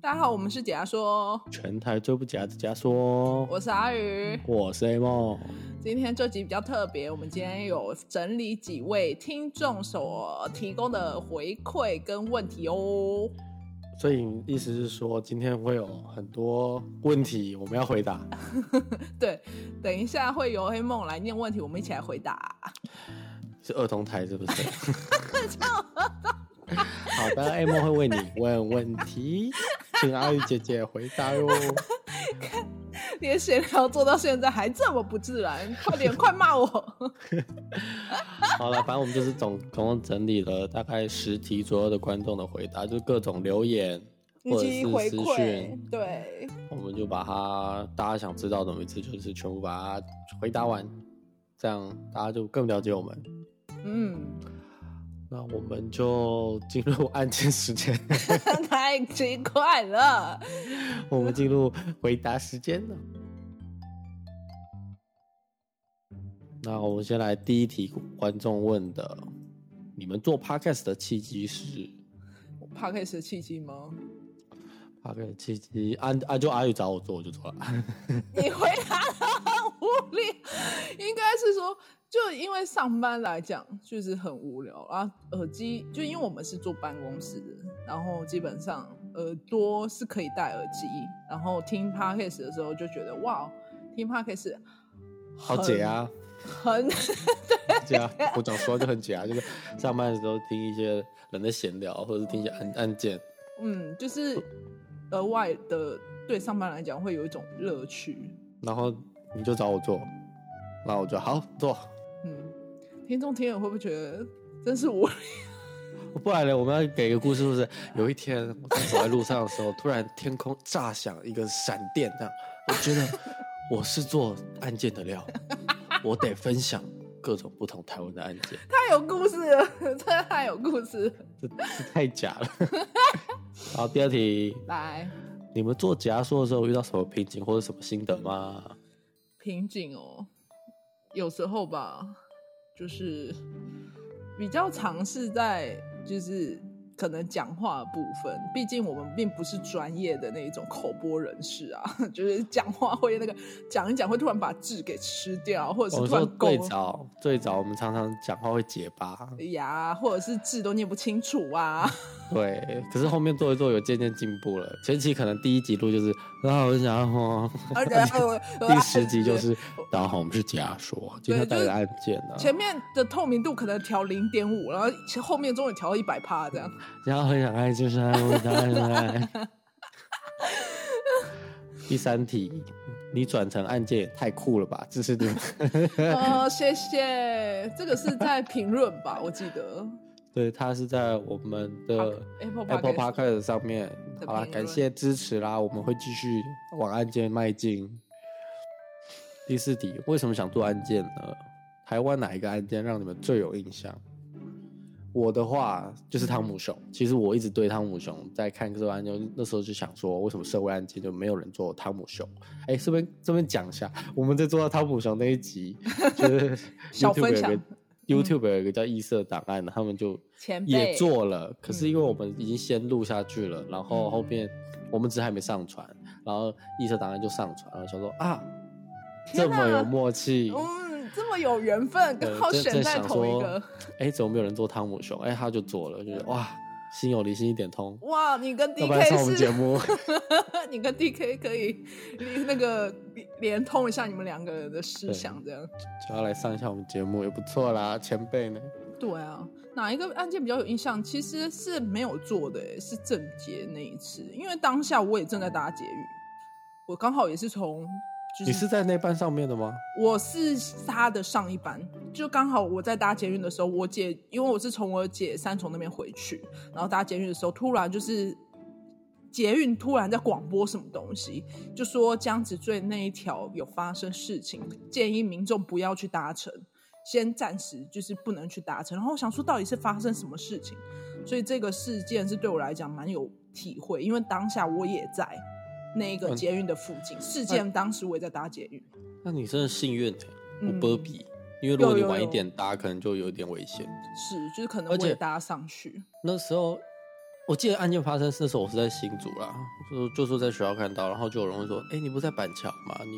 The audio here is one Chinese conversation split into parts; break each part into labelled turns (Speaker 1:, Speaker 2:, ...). Speaker 1: 大家好，我们是解压说，
Speaker 2: 全台最不假的假说，
Speaker 1: 我是阿鱼。
Speaker 2: 我是 A 梦，
Speaker 1: 今天这集比较特别，我们今天有整理几位听众所提供的回馈跟问题哦。
Speaker 2: 所以意思是说今天会有很多问题我们要回答。
Speaker 1: 对，等一下会由黑梦来念问题，我们一起来回答。
Speaker 2: 是儿童台是不是？好的，A 梦会为你问问题，请阿玉姐姐回答哟。
Speaker 1: 连闲聊做到现在还这么不自然，快点快骂我！
Speaker 2: 好了，反正我们就是总总共整理了大概十题左右的观众的回答，就是各种留言
Speaker 1: 以
Speaker 2: 或者
Speaker 1: 及回
Speaker 2: 是私
Speaker 1: 馈
Speaker 2: 讯，，
Speaker 1: 对，
Speaker 2: 我们就把它大家想知道的每次就是全部把它回答完，这样大家就更了解我们。
Speaker 1: 嗯，
Speaker 2: 那我们就进入案件时间，
Speaker 1: 太奇怪了。
Speaker 2: 我们进入回答时间了。那我们先来第一题，观众问的：你们做 podcast 的契机是
Speaker 1: p o d c a s 的契机吗？
Speaker 2: ？podcast 的契机，按按啊就阿宇找我做，我就做了。
Speaker 1: 你回答的很无聊， 应该是说，就因为上班来讲就是很无聊啊。耳机就因为我们是坐办公室的，然后基本上耳朵是可以戴耳机，然后听 podcast 的时候就觉得哇，听 podcast
Speaker 2: 好解啊，
Speaker 1: 很
Speaker 2: 解啊！我讲实话就很解啊，就是上班的时候听一些人的闲聊，或者是听一些案案件。
Speaker 1: 嗯，就是额外的对上班来讲会有一种乐趣。
Speaker 2: 然后你就找我做，那我就好做，
Speaker 1: 嗯，听众听了会不会觉得真是无聊？
Speaker 2: 不然呢，我们要给一个故事，是不是？有一天我在走在路上的时候，突然天空炸响一个闪电，这样我觉得我是做案件的料，我得分享各种不同台湾的案件，
Speaker 1: 太有故事了，真的太有故事了。
Speaker 2: 这这太假了。 好，第二题，
Speaker 1: 来，
Speaker 2: 你们做解压缩的时候遇到什么瓶颈或者什么心得吗？
Speaker 1: 瓶颈哦，有时候吧，就是比较尝试在就是可能讲话的部分，毕竟我们并不是专业的那种口播人士啊， 就是讲话会那个讲一讲会突然把字给吃掉，或者
Speaker 2: 我
Speaker 1: 是突
Speaker 2: 说
Speaker 1: 然够
Speaker 2: 最早最早我们常常讲话会结巴，
Speaker 1: 呀，或者是字都念不清楚 啊，
Speaker 2: 对，可是后面做一做有渐渐进步了。前期可能第一集录就是，然后我就想哦，
Speaker 1: 而且还有
Speaker 2: 第十集就是，然后我们是假说，今天带
Speaker 1: 啊就是
Speaker 2: 的案件呢、
Speaker 1: 前面的透明度可能调零点五，然后前后面终于调到一百趴这样。
Speaker 2: 然后很想爱就是爱，我想爱就是爱。第三题，你转成案件也太酷了吧！这是你们
Speaker 1: 哦，谢谢，这个是在评论吧？我记得
Speaker 2: 对，他是在我们的
Speaker 1: Apple
Speaker 2: 呃 Apple
Speaker 1: Podcast
Speaker 2: Podcast 上面。
Speaker 1: 的
Speaker 2: 好啦，
Speaker 1: 评论
Speaker 2: 感谢支持啦，我们会继续往案件迈进。第四题，为什么想做案件呢？台湾哪一个案件让你们最有印象？我的话就是汤姆熊。其实我一直对汤姆熊在看社会案件，那时候就想说，为什么社会案件就没有人做汤姆熊？哎、这边这边讲一下， 我们在做到汤姆熊那一集，就是
Speaker 1: 小
Speaker 2: YouTube
Speaker 1: 分
Speaker 2: 有一
Speaker 1: 享嗯
Speaker 2: 个 YouTube 有一个叫异色档案的，他们就
Speaker 1: 前辈
Speaker 2: 也做了，可是因为
Speaker 1: 嗯
Speaker 2: 我们已经先录下去了，然后后面我们只是还没上传，然后异色档案就上传了，想说啊，
Speaker 1: 天
Speaker 2: 这
Speaker 1: 哪
Speaker 2: 么有默契，
Speaker 1: 嗯，这么有缘分，刚
Speaker 2: 对
Speaker 1: 好
Speaker 2: 正
Speaker 1: 选
Speaker 2: 正
Speaker 1: 在
Speaker 2: 呃想
Speaker 1: 同一
Speaker 2: 说
Speaker 1: 个。嗯
Speaker 2: 哎，怎么没有人做汤姆熊？哎，他就做了，就是哇，心有灵犀一点通，
Speaker 1: 哇，你跟
Speaker 2: 要不然上
Speaker 1: DK
Speaker 2: 我们节
Speaker 1: 是，
Speaker 2: 目。
Speaker 1: 你跟 DK 可以那个连通一下你们两个人的思
Speaker 2: 对
Speaker 1: 想，这样
Speaker 2: 就要来上一下我们节目也不错啦，前辈呢？
Speaker 1: 对啊。哪一个案件比较有印象？其实是没有做的、欸是郑捷那一次，因为当下我也正在搭捷运，我刚好也是从就
Speaker 2: 你是在那班上面的吗？
Speaker 1: 我是他的上一班，就刚好我在搭捷运的时候，我姐因为我是从我姐三重那边回去，然后搭捷运的时候，突然就是捷运突然在广播什么东西，就说江子醉那一条有发生事情，建议民众不要去搭乘，先暂时就是不能去搭乘。然后我想说，到底是发生什么事情？所以这个事件是对我来讲蛮有体会，因为当下我也在那个
Speaker 2: 嗯
Speaker 1: 捷运的附近，事件当时我也在搭捷运。
Speaker 2: 那你真的幸运欸我
Speaker 1: 嗯
Speaker 2: 波比，因为如果你
Speaker 1: 有有
Speaker 2: 晚一
Speaker 1: 有
Speaker 2: 点搭，可能就有点危险。
Speaker 1: 是，就是可能
Speaker 2: 而
Speaker 1: 我也
Speaker 2: 且
Speaker 1: 搭上去。
Speaker 2: 那时候我记得案件发生那时候我是在新竹啦，就就说在学校看到，然后就有人会说：“哎、你不是在板桥吗？你你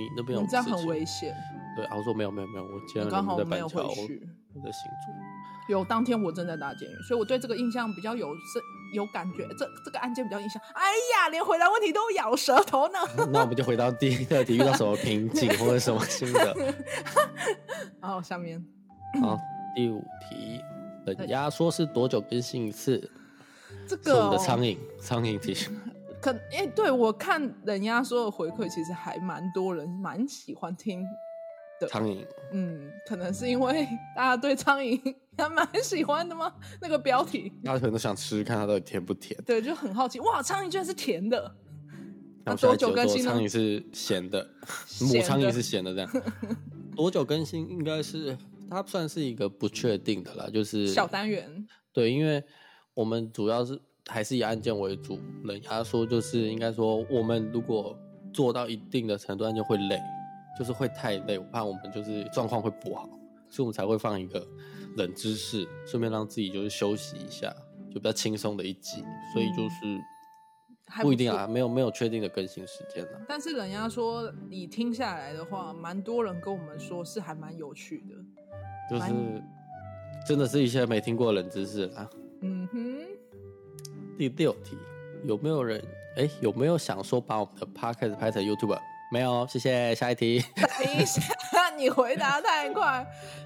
Speaker 2: 你那边有
Speaker 1: 你这样
Speaker 2: 事情
Speaker 1: 很危险，
Speaker 2: 对，啊，我说没有没有没有，我今天
Speaker 1: 你刚好
Speaker 2: 在
Speaker 1: 没
Speaker 2: 板
Speaker 1: 有
Speaker 2: 桥，
Speaker 1: 回
Speaker 2: 我
Speaker 1: 去。
Speaker 2: 我在新竹。
Speaker 1: 有，当天我正在打监狱，所以我对这个印象比较有深有感觉。这这个案件比较印象。哎呀，连回答问题都咬舌头呢。
Speaker 2: 那我们就回到第一个题，遇到什么瓶颈或者什么新的？
Speaker 1: 然哦后下面
Speaker 2: 好，第五题，冷压缩是多久更新一次？
Speaker 1: 这
Speaker 2: 是
Speaker 1: 个、
Speaker 2: 我们的苍
Speaker 1: 哦、
Speaker 2: 蝇苍蝇题。
Speaker 1: 可哎、对我看人家说的回馈，其实还蛮多人蛮喜欢听。
Speaker 2: 苍蝇，
Speaker 1: 嗯，可能是因为大家对苍蝇 还蛮喜欢的吗？那个标题，
Speaker 2: 大家可能都想吃吃看它到底甜不甜。
Speaker 1: 对，就很好奇。哇，苍蝇居然是甜的，
Speaker 2: 然后
Speaker 1: 那
Speaker 2: 下
Speaker 1: 多
Speaker 2: 一集
Speaker 1: 久
Speaker 2: 我
Speaker 1: 更
Speaker 2: 说
Speaker 1: 新呢
Speaker 2: 苍蝇是咸的，母
Speaker 1: 咸
Speaker 2: 苍
Speaker 1: 的
Speaker 2: 蝇是咸的，这样 多久更新应该是它算是一个不确定的啦，就是
Speaker 1: 小单元。
Speaker 2: 对，因为我们主要是还是以案件为主，冷压缩就是应该说，我们如果做到一定的程度，案件会累，就是会太累，我怕我们就是状况会不好，所以我们才会放一个冷知识，顺便让自己就是休息一下，就比较轻松的一集，所以就是
Speaker 1: 还
Speaker 2: 不
Speaker 1: 不
Speaker 2: 一定
Speaker 1: 错
Speaker 2: 啊，没有没有确定的更新时间啊。
Speaker 1: 但是人家说，你听下来的话，蛮多人跟我们说是还蛮有趣的。
Speaker 2: 就是
Speaker 1: 蛮
Speaker 2: 真的是一些没听过的冷知识啊。
Speaker 1: 嗯哼，
Speaker 2: 第六题，有没有人哎有没有想说把我们的 podcast 拍成 YouTube？没有，谢谢。下一题，
Speaker 1: 等一下，你回答太快，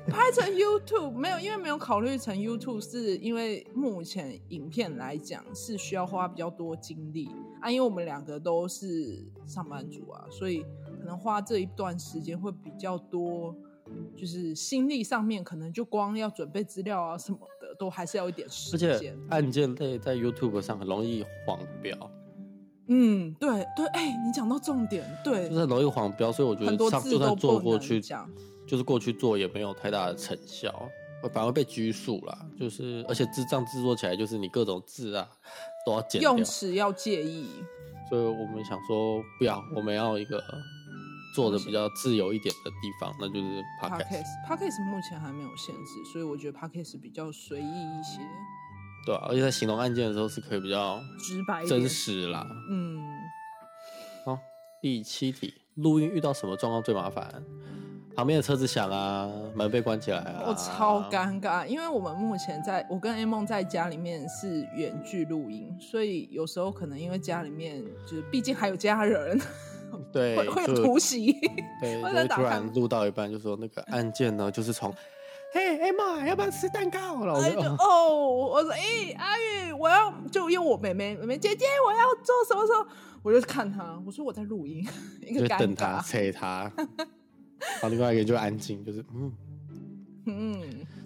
Speaker 1: 拍成 YouTube 没有？因为没有考虑成 YouTube，是因为目前影片来讲是需要花比较多精力啊，因为我们两个都是上班族啊，所以可能花这一段时间会比较多。就是心力上面，可能就光要准备资料啊什么的，都还是要一点时
Speaker 2: 而且
Speaker 1: 间。
Speaker 2: 案件类在 YouTube 上很容易黄标，
Speaker 1: 嗯，对对，哎、你讲到重点，对，
Speaker 2: 就是很容易黄标，所以我觉
Speaker 1: 很多
Speaker 2: 得上
Speaker 1: 字
Speaker 2: 就算
Speaker 1: 都
Speaker 2: 做
Speaker 1: 不
Speaker 2: 过
Speaker 1: 能
Speaker 2: 去，
Speaker 1: 讲
Speaker 2: 就是过去做也没有太大的成效，反而被拘束啦。就是而且智障制作起来，就是你各种字啊都要剪掉
Speaker 1: 用，词要介意。
Speaker 2: 所以我们想说不要，我们要一个做的比较自由一点的地方，那就是 podcast，
Speaker 1: Podcast Podcast 目前还没有限制，所以我觉得 Podcast 比较随意一些，
Speaker 2: 对啊，而且在形容案件的时候是可以比较
Speaker 1: 直白一点。
Speaker 2: 真实啦。
Speaker 1: 嗯，
Speaker 2: 好，第七题，录音遇到什么状况最麻烦？旁边的车子响啊，门被关起来啊，
Speaker 1: 我哦超。尴尬，因为我们目前在我跟 A 梦在家里面是远距录音，所以有时候可能因为家里面就是毕竟还有家人，
Speaker 2: 对，
Speaker 1: 会会有
Speaker 2: 就
Speaker 1: 突袭。
Speaker 2: 对，
Speaker 1: 会
Speaker 2: 就
Speaker 1: 在
Speaker 2: 会
Speaker 1: 打
Speaker 2: 突然
Speaker 1: 开
Speaker 2: 录到一半就说那个案件呢，就是从，嘿，艾玛，要不要吃蛋糕？然后我
Speaker 1: 哎，
Speaker 2: 就
Speaker 1: 就
Speaker 2: 哦
Speaker 1: 哦，我说，哎、阿玉，我要就因为我妹妹妹妹姐姐，我要做什么时候？我就看她，我说我在录音， 一
Speaker 2: 就
Speaker 1: 个尴
Speaker 2: 等 他
Speaker 1: 尬。
Speaker 2: 催他，然后另外一个就安静，就是嗯，
Speaker 1: 嗯，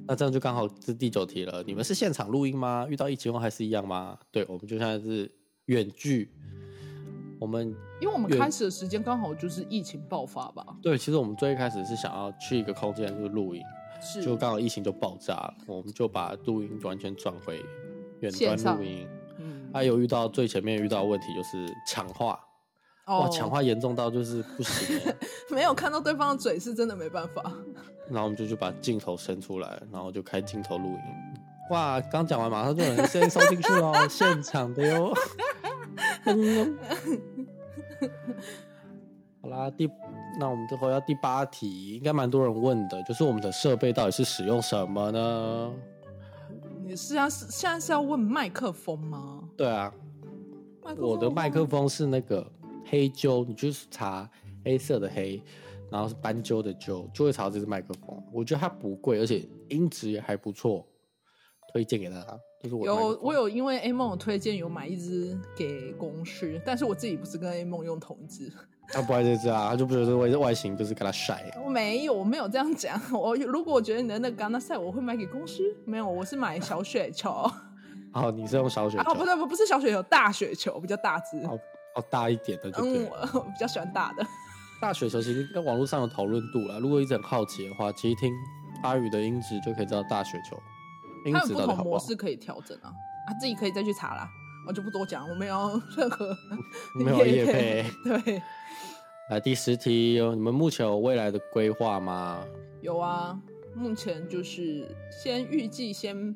Speaker 2: 那这样就刚好是第九题了。你们是现场录音吗？遇到疫情后还是一样吗？对，我们就像是远距。我们
Speaker 1: 因为我们
Speaker 2: 远
Speaker 1: 开始的时间刚好就是疫情爆发吧，
Speaker 2: 对，其实我们最一开始是想要去一个空间就是录音，
Speaker 1: 是
Speaker 2: 就刚好疫情就爆炸了，我们就把录音完全转回远
Speaker 1: 线
Speaker 2: 端
Speaker 1: 上
Speaker 2: 录音。
Speaker 1: 嗯，
Speaker 2: 还有遇到最前面遇到的问题就是强化，哇，
Speaker 1: 哦，
Speaker 2: 强化严重到就是不行欸、
Speaker 1: 没有看到对方的嘴是真的没办法。
Speaker 2: 然后我们就去把镜头伸出来，然后就开镜头录音。哇，刚讲完马上就有人声音收进去哦， 现场的哟。嗯好啦，第那我们就回到第八题，应该蛮多人问的，就是我们的设备到底是使用什么呢？
Speaker 1: 你是要是现在是要问麦克风吗？
Speaker 2: 对啊，
Speaker 1: 麦克风
Speaker 2: 我的麦克风是那个黑鸠，你去查黑色的黑，然后是斑鸠的鸠，就会查到这支麦克风。我觉得它不贵，而且音质也还不错，推荐给大家。就是我的麦克
Speaker 1: 有
Speaker 2: 风
Speaker 1: 我有因为 A 梦有推荐有买一支给公司，但是我自己不是跟 A 梦用同一支。
Speaker 2: 他不爱这只啊，他就不觉得外外形就是给他晒。
Speaker 1: 我没有，我没有这样讲。 我如果我觉得你的那个戛纳赛，我会买给公司。没有，我是买小雪球。啊，
Speaker 2: 哦，你是用小雪球，
Speaker 1: 不对，不不是小雪球，大雪球比较大只。
Speaker 2: 哦哦大一点的就对
Speaker 1: 嗯，
Speaker 2: 了。
Speaker 1: 我我比较喜欢大的。
Speaker 2: 大雪球其实跟网络上有讨论度啦，如果一直很好奇的话，其实听阿宇的音质就可以知道大雪球音
Speaker 1: 它有
Speaker 2: 质
Speaker 1: 不
Speaker 2: 到底
Speaker 1: 同
Speaker 2: 好不
Speaker 1: 模
Speaker 2: 好。
Speaker 1: 式可以调整啊，啊，自己可以再去查啦。我就不多讲，我没有任何
Speaker 2: 没有
Speaker 1: 业
Speaker 2: 夜
Speaker 1: 配
Speaker 2: 配。
Speaker 1: 对，
Speaker 2: 来第十题，哦你们目前有未来的规划吗？
Speaker 1: 有啊，目前就是先预计先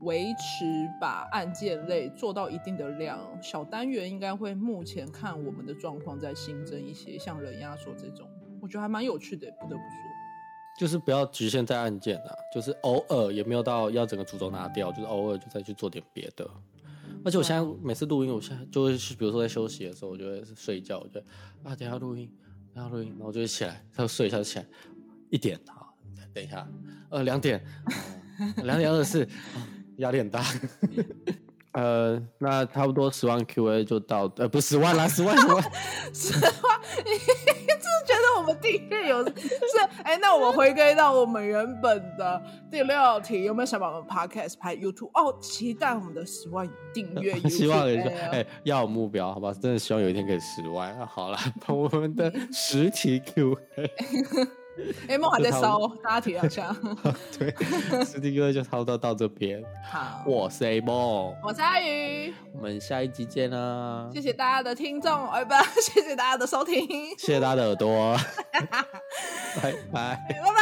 Speaker 1: 维持把案件类做到一定的量，小单元应该会目前看我们的状况再新增一些，像人压缩这种，我觉得还蛮有趣的，欸不得不说。
Speaker 2: 就是不要局限在案件啊，就是偶尔也没有到要整个主轴拿掉，就是偶尔就再去做点别的。而且我现在每次录音，我现在就会是比如说在休息的时候，我就会睡觉，我就会啊等一下录音，等一下录音，然后我就会起来，再睡一下就起来，一点啊，等一下，呃两点，呃两点二十四，啊压力很大。 呃，那差不多十万 Q&A 就到，呃不十万啦，十万十万。
Speaker 1: 是吗？ 你是觉得我们地狱有是？哎、那我们回归到我们原本的第六题，有没有想把我们 podcast 拍 YouTube？哦，期待我们的十万订阅 YouTube 哎呦。
Speaker 2: 希望有一个哎、要有目标，好吧？真的希望有一天可以十万。啊、好啦， 我们 的实体 Q&A，
Speaker 1: 哎，梦还在
Speaker 2: 就差
Speaker 1: 烧
Speaker 2: 不
Speaker 1: 哦，大家体谅一下。
Speaker 2: 对，实体 Q&A 就差不多到这边。
Speaker 1: 好，
Speaker 2: 我是 A 梦，
Speaker 1: 我是阿鱼，
Speaker 2: 我们下一集见啦！
Speaker 1: 谢谢大家的听众， 哎不，谢谢大家的收听，
Speaker 2: 谢谢大家的耳朵，拜拜。
Speaker 1: 拜拜。